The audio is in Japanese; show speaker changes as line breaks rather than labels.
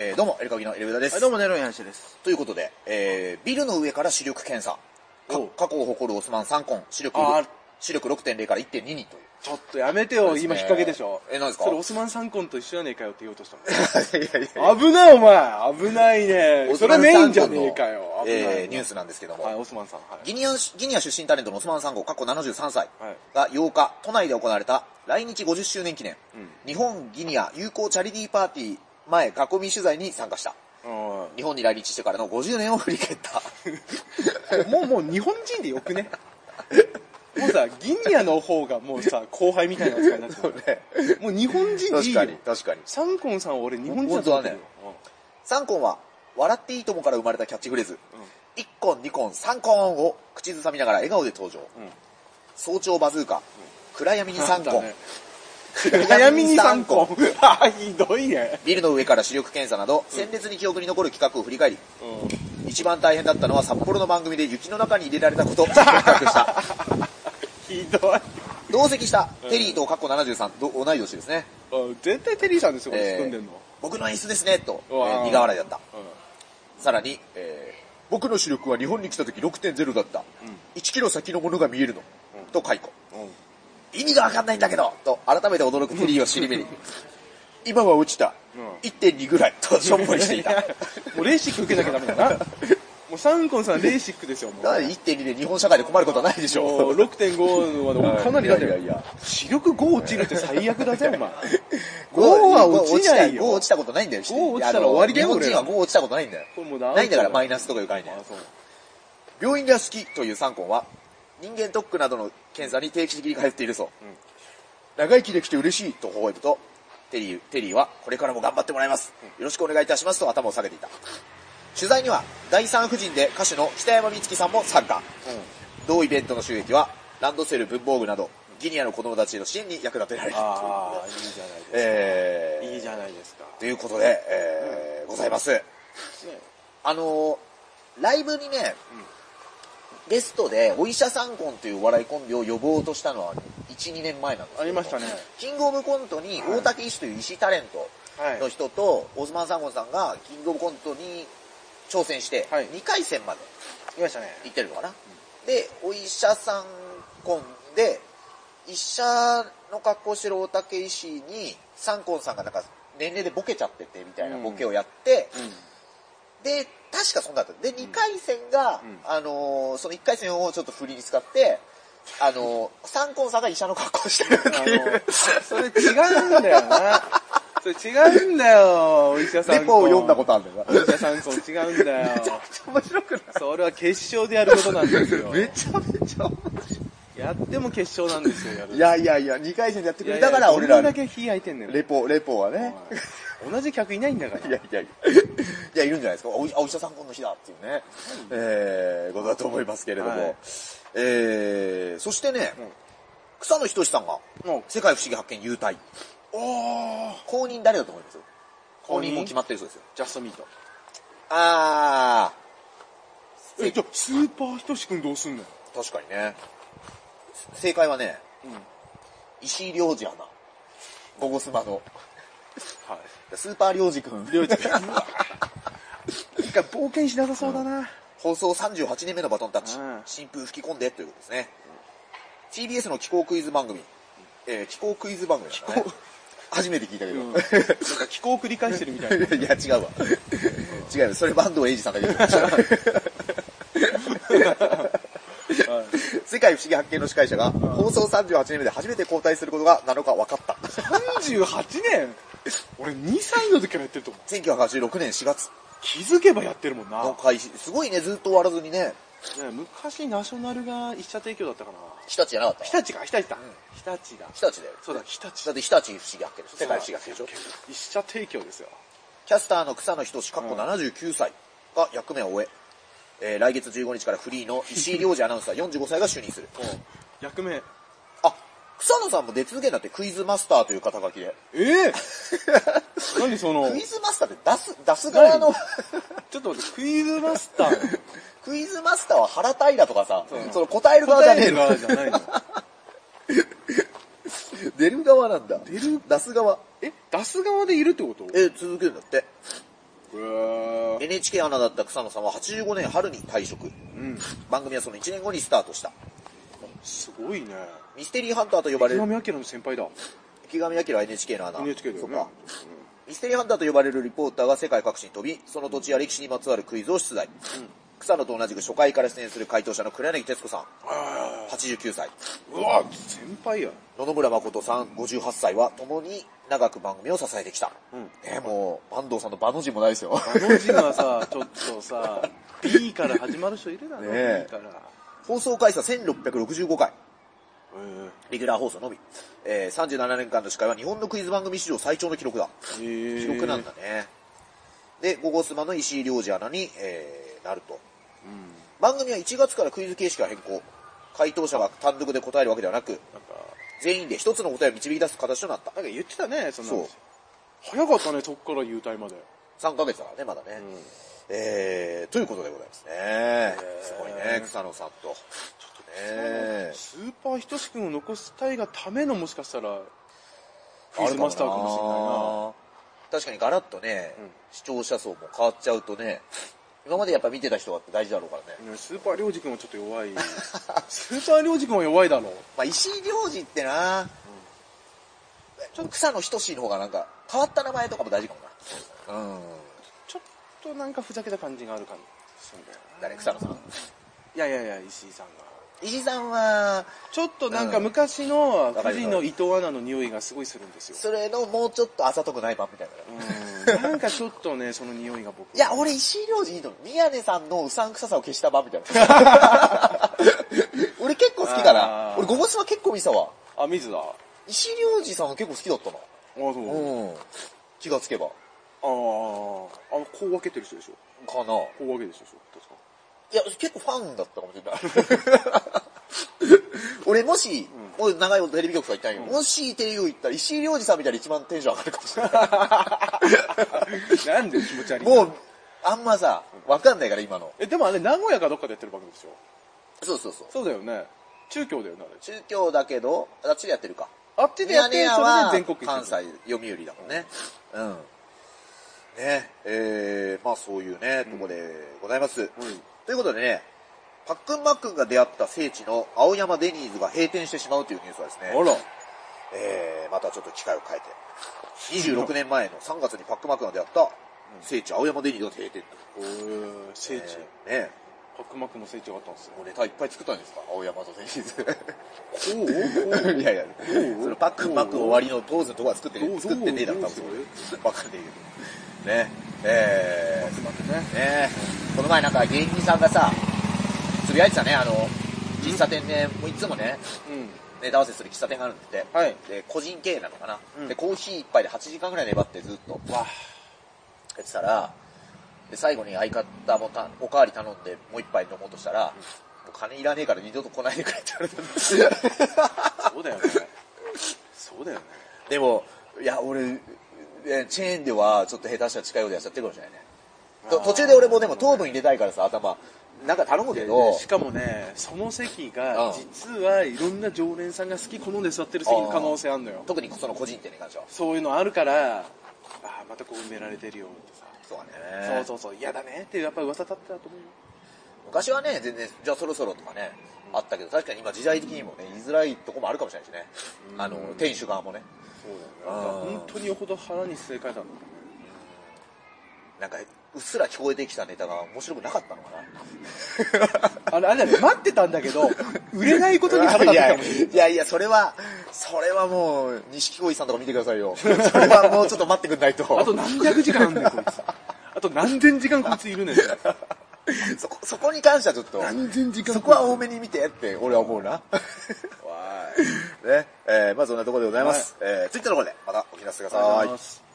えーどうも、エルカギのエレベーターです、
はい、どうも、ネロンヤンシです。
ということで、えービルの上から視力検査。
おう
か過去を誇るオスマン3根、視力
あー、
視力6.0から1.2にという。
ちょっとやめてよ、今引っ掛けでしょ。
えなんですか
それ、オスマン三ンと一緒やねえかよって言おうとしたの。
いやいや
危ない、お前危ないね。 それメインじゃねえかよ。危ない
えーニュースなんですけども、
はい、オスマンさん。はい。
ギニア、ギニア出身タレントのオスマン3号、過去73歳
はい
が8日、都内で行われた来日50周年記念、
うん
日本ギニア友好チャリティーパーティー前囲み取材に参加した。
うん
日本に来日してからの50年を振り返 った。
もう、もう日本人でよく ね。もうさ、ギニアの方がもうさ、後輩みたいな扱いになっちゃう。もう日本人でいいよ。
確かに。
サンコンさんは俺日本人だと思ってるよ。
三コンは、笑っていいともから生まれたキャッチフレーズ、一コン、二コン、三コンを口ずさみながら笑顔で登場。
うんうん
早朝バズーカ、暗闇に三コン、
早めに三コン。 あ、ひどいね。
ビルの上から視力検査など、鮮烈に記憶に残る企画を振り返り、一番大変だったのは札幌の番組で雪の中に入れられた こと、企画した。
ひどい。
同席した、テリーと過去73、ど同い年ですね。
あ絶対テリーさんですよ、これ
えー
仕込んでんの。
僕の演出ですね、と、え
うわー
ー苦笑いだった。
う
さらに、えー僕の視力は日本に来た時6.0だった。
ん
1キロ先のものが見えるの。
うん
と解雇。
ん。うん。
意味がわかんないんだけどと改めて驚くテリーを尻目に。 今は落ちた。
うん
1.2ぐらいとしょんぼりしてい た。
もうレーシック受けなきゃダメだな。も うサンコンさんレーシックですよ、もう。
なので1.2で日本社会で困ることはないでし
も
ょ
う
う。
6.5は
はい
かなりだっ
いやいやいや
て、視力5落ちるって最悪だぜ、お前。5
5
は落ちないよ。
5落ちたことないんだよ。
5落ちたら終わりだよ
いやあの日本人は5落ちたことないんだよ
これもう。
ないんだからマイナスとかいう概念。
あ、そう。
病院が好きという三根は、人間特区などの検査に定期的に通っているそう。
ん
長生きできて嬉しいと微笑むと、テリー、テリーはこれからも頑張ってもらいます。よろしくお願いいたしますと頭を下げていた。取材には、第三婦人で歌手の北山美月さんも参加。同イベントの収益は、ランドセル文房具など、ギニアの子供たちへの支援に役立てられる。
ああ、いいじゃないです
え
か。
ー
いいじゃないですか。
ということで、えーございます。
ね
あのーライブにね、ゲストでお医者さんコンというお笑いコンビを呼ぼうとしたのは1、2年前なんですけど
ありましたね。
キングオブコントに大竹医師という医師タレント
はい
の人と、オスマンサンゴンさんがキングオブコントに挑戦して、
はい
2回戦まで
いましたね。
行ってるのかな、で、お医者さんコンで、医者の格好してる大竹医師に、サンコンさんがなんか年齢でボケちゃっててみたいなボケをやって、で、確かそんなだった。で、2回戦が、
うん
あのーその1回戦をちょっと振りに使って、あのー、サンコンさんが医者の格好してるって
あ
い
の
う、、
それ違うんだよな。それ違うんだよ、お医者さん
レ
と。
ポを読んだことあるんだよ
お
な。
医者さんと違うんだよ。
面白くない
それは決勝でやることなんです よ。
めちゃめちゃ面白
やっても決勝なんですよ、やる。
い。いやいやいや、2回戦でやって
い
く
や
れ
い
た
や、
から俺ら
どんだ、け火焼いてんのよ。
レポ、レポはね。
お前同じ客いないんだから。
いやいやいや。いや、いるんじゃないですか。お医お医者さんこの日だっていうね、えー、ことだと思いますけれども。
はい
えー、そしてね、
うん
草野仁さんが、
も
世界不思議発見優待。
う、おー。
公認誰だと思います
公
公
認
認も決まってるそうですよ。
ジャストミート。
あ
え、じゃあ、スーパーひとしくんどうすんのよ。
ー、確かにね。正解はね、
うん。はい。
石井良二アナ。ゴゴス マの。スーパー良二くん。
りょうちゃん。なんか冒険しなさそうだな。
放送38年目のバトンタッチ
うん。
新風吹き込んでということですね。TBS の気候クイズ番組。えー、気候クイズ番組だね
候。
初めて聞いたけ
うん。
ど
なん。か気候を繰り返してるみ たいな。
いや、違うわ。違うよ。それ坂東英二さんが 言ってました。
はい
世界不思議発見の司会者が、放送38年目で初めて交代することがなのか分かった。
38年俺2歳の時からやってると思う。
1986年4月
気づけばやってるもんな。
の開始。すごいね、ずっと終わらずにね。
ね昔ナショナルが一社提供だったかな。
日立じゃなかった
日立か、日立だ。日立だ。
日立だよ。
そうだ、日立
だって日立不思議発見でしょ。世界不思議発見でしょ。
一社提供ですよ。
キャスターの草野仁志、かっこ79歳が役目を終え、えー来月15日からフリーの石井良二アナウンサー45歳が就任する。
役名。
あ、草野さんも出続けになってクイズマスターという肩書きで。
ええ 何その
クイ、ズマスターって出す、出す側の
何、ちょっと待って、クイズマスター。
クイズマスターは原平とかさ
う、
その答える側じゃ
答
ね
え
え
る
の。
側じゃないの。
出る側なんだ。出
る
出す側。
え、出す側でいるってこと
えー、続けるんだって。 NHK アナだった草野さんは85年春に退職。
うん。
番組はその1年後にスタートした。
すごいね。
ミステリーハンターと呼ばれ
池上
る、
彰の先輩だ。
池上彰は NHK のアナ。
NHK
そ
だよ
っ
ね
か。ミステリーハンターと呼ばれるリポーターが世界各地に飛び、その土地や歴史にまつわるクイズを出題。草野と同じく初回から出演する回答者の黒柳徹子さん、89歳。
うわ、先輩や。
野々村誠さん、58歳は、共に長く番組を支えてきた。
うん
ね、もう、安藤さんの場の字もないです よ。
あの人はさ、ちょっと さ、B から始まる人いるだろ、
ねえ
B から。
放送回数は1665回。
へ
レギュラー放送のみ。えー、37年間の司会は日本のクイズ番組史上最長の記録だ。
え
記録なんだね。で、ゴゴスマの石井良二アナに、えー、なると。
うん。
番組は1月からクイズ形式が変更。回答者が単独で答えるわけではなく、
なんか、
全員で一つの答えを導き出す形となった。
なんか言ってたね、そんな
そ
の
う。
早かったね、そっから優待まで。
3ヶ月だからね、まだね。
ん
えー、ということでございますね。すごいね、草野さんと。ねえ
スーパーひとしくんを残したいがためのもしかしたら、クイズマスターかもしれないな。
確かにガラッとね、
うん
視聴者層も変わっちゃうとね、今までやっぱ見てた人は大事だろうからね。
ねスーパーりょうじくんはちょっと弱い。スーパーりょうじくんは弱いだろう。
まあ、石井良二ってな、ちょっと草野仁の方がなんか、変わった名前とかも大事かもな。うん。
ちょっとなんかふざけた感じがある感じするんだよな
誰草野さん。
いやいやいや、石井さんが。
石井さんは、
ちょっとなんか昔の
かる
富士の伊藤アナの匂いがすごいするんですよ。
それのもうちょっとあざとくない版みたいな。
うんなんかちょっと ね、その匂いが僕。
いや、俺、石井良二いいの。宮根さんのうさんくささを消した版みたいな。 俺結構好きだな
あ。ー
俺、ゴゴスマ結構見てたわ。
あ、水だ。あ、
石井良二さんは結構好きだったな。
そう。
う
あ
ん。気がつけば。
あー。あの、こう分けてる人でしょ。
かな。
こう分けてる人でしょ。確か。
いや、結構ファンだったかもしれない。 俺もし、もう長いことテレビ局とか行ったんよ。もしテレビ局行ったら石井良二さんみたいに一番テンション上がるかもしれない。
なんで気持ち悪い
もう、あんまさ、わかんないから今の。
え、でもあれ、名古屋かどっかでやってる番組でしょ
そうそうそう。
そうだよね。中京だよね、あれ。
中京だけど、あっちでやってるか。
あっちでやって、それで全国
関西読売だもんね。うん。ね、えー、まあそういうね、とこでございます。ということでね、パックンマックンが出会った聖地の青山デニーズが閉店してしまうというニュースはですね、
あら。
えー、またちょっと機会を変えて、26年前の3月にパックンマックンが出会った聖地青山デニーズが閉店と。
へー聖
え
地。
ーね、
白幕の聖地があったんですよ。
もうネタいっぱい作ったんですか青山とデニー
おお
ズ。いやいや、そのパックンマックン終わりのポーズのとこは作って
ど
ね、
う
作ってねえだろ、
ど
多
う
分。わかんないけど。ね、えー、ねえ、この前なんか芸人さんがさ、つぶやいてたね、あの、喫茶店ね、もういつもね、
うん。
ネタ合わせする喫茶店があるんだって。
はい
で、個人経営なのかな。
うん
で、コーヒー一杯で8時間ぐらい粘ってずっと
わ
やってたら、で、最後に相方もたおかわり頼んで、もう一杯飲もうとしたら、もう金いらねえから二度と来ないでくれって言われたんです。
あそうだよね。そうだよね。
でも、いや、俺、えチェーンではちょっと下手したら近いことやっちゃってるかもしれないね。と
あー
途中で俺もでも糖分入れたいからさ、頭、なんか頼むけど、
しかもね、その席
うん
が、実はいろんな常連さんが好き好んで座ってる席の可能性あるのよ。
特にその個人店に関しては。
そういうのあるから、ああ、またここ埋められてるよってさ。
そうだ
そうそうそう、嫌だねって、やっぱり噂立ってたと思うよ。
昔はね、全然、じゃあそろそろとかね、あったけど、確かに今時代的にもね、言いづらいとこもあるかもしれないしね。あの、店主側もね、
そう
だよね
本当によほど腹に据え替えたんだね。
なんか、うっすら聞こえてきたネタが面白くなかったのか
あれ、あれだね、待ってたんだけど、売れ ないことに腹
な。
立
い
って
や
た
い
も
や、 い
ん。
やいや、それは、それはもう、錦鯉さんとか見てくださいよ。それはもうちょっと待ってくんないと。
あと何百時間あんだよ、こいつ。あと何千時間こいついるねん。
そこ、そこに関してはちょっと、
何千時間
そこは多めに見てって、俺は思うな。 ね、えー、まあそんなところでございます。えー、ツイッターの方で、またお聞かせください。
す。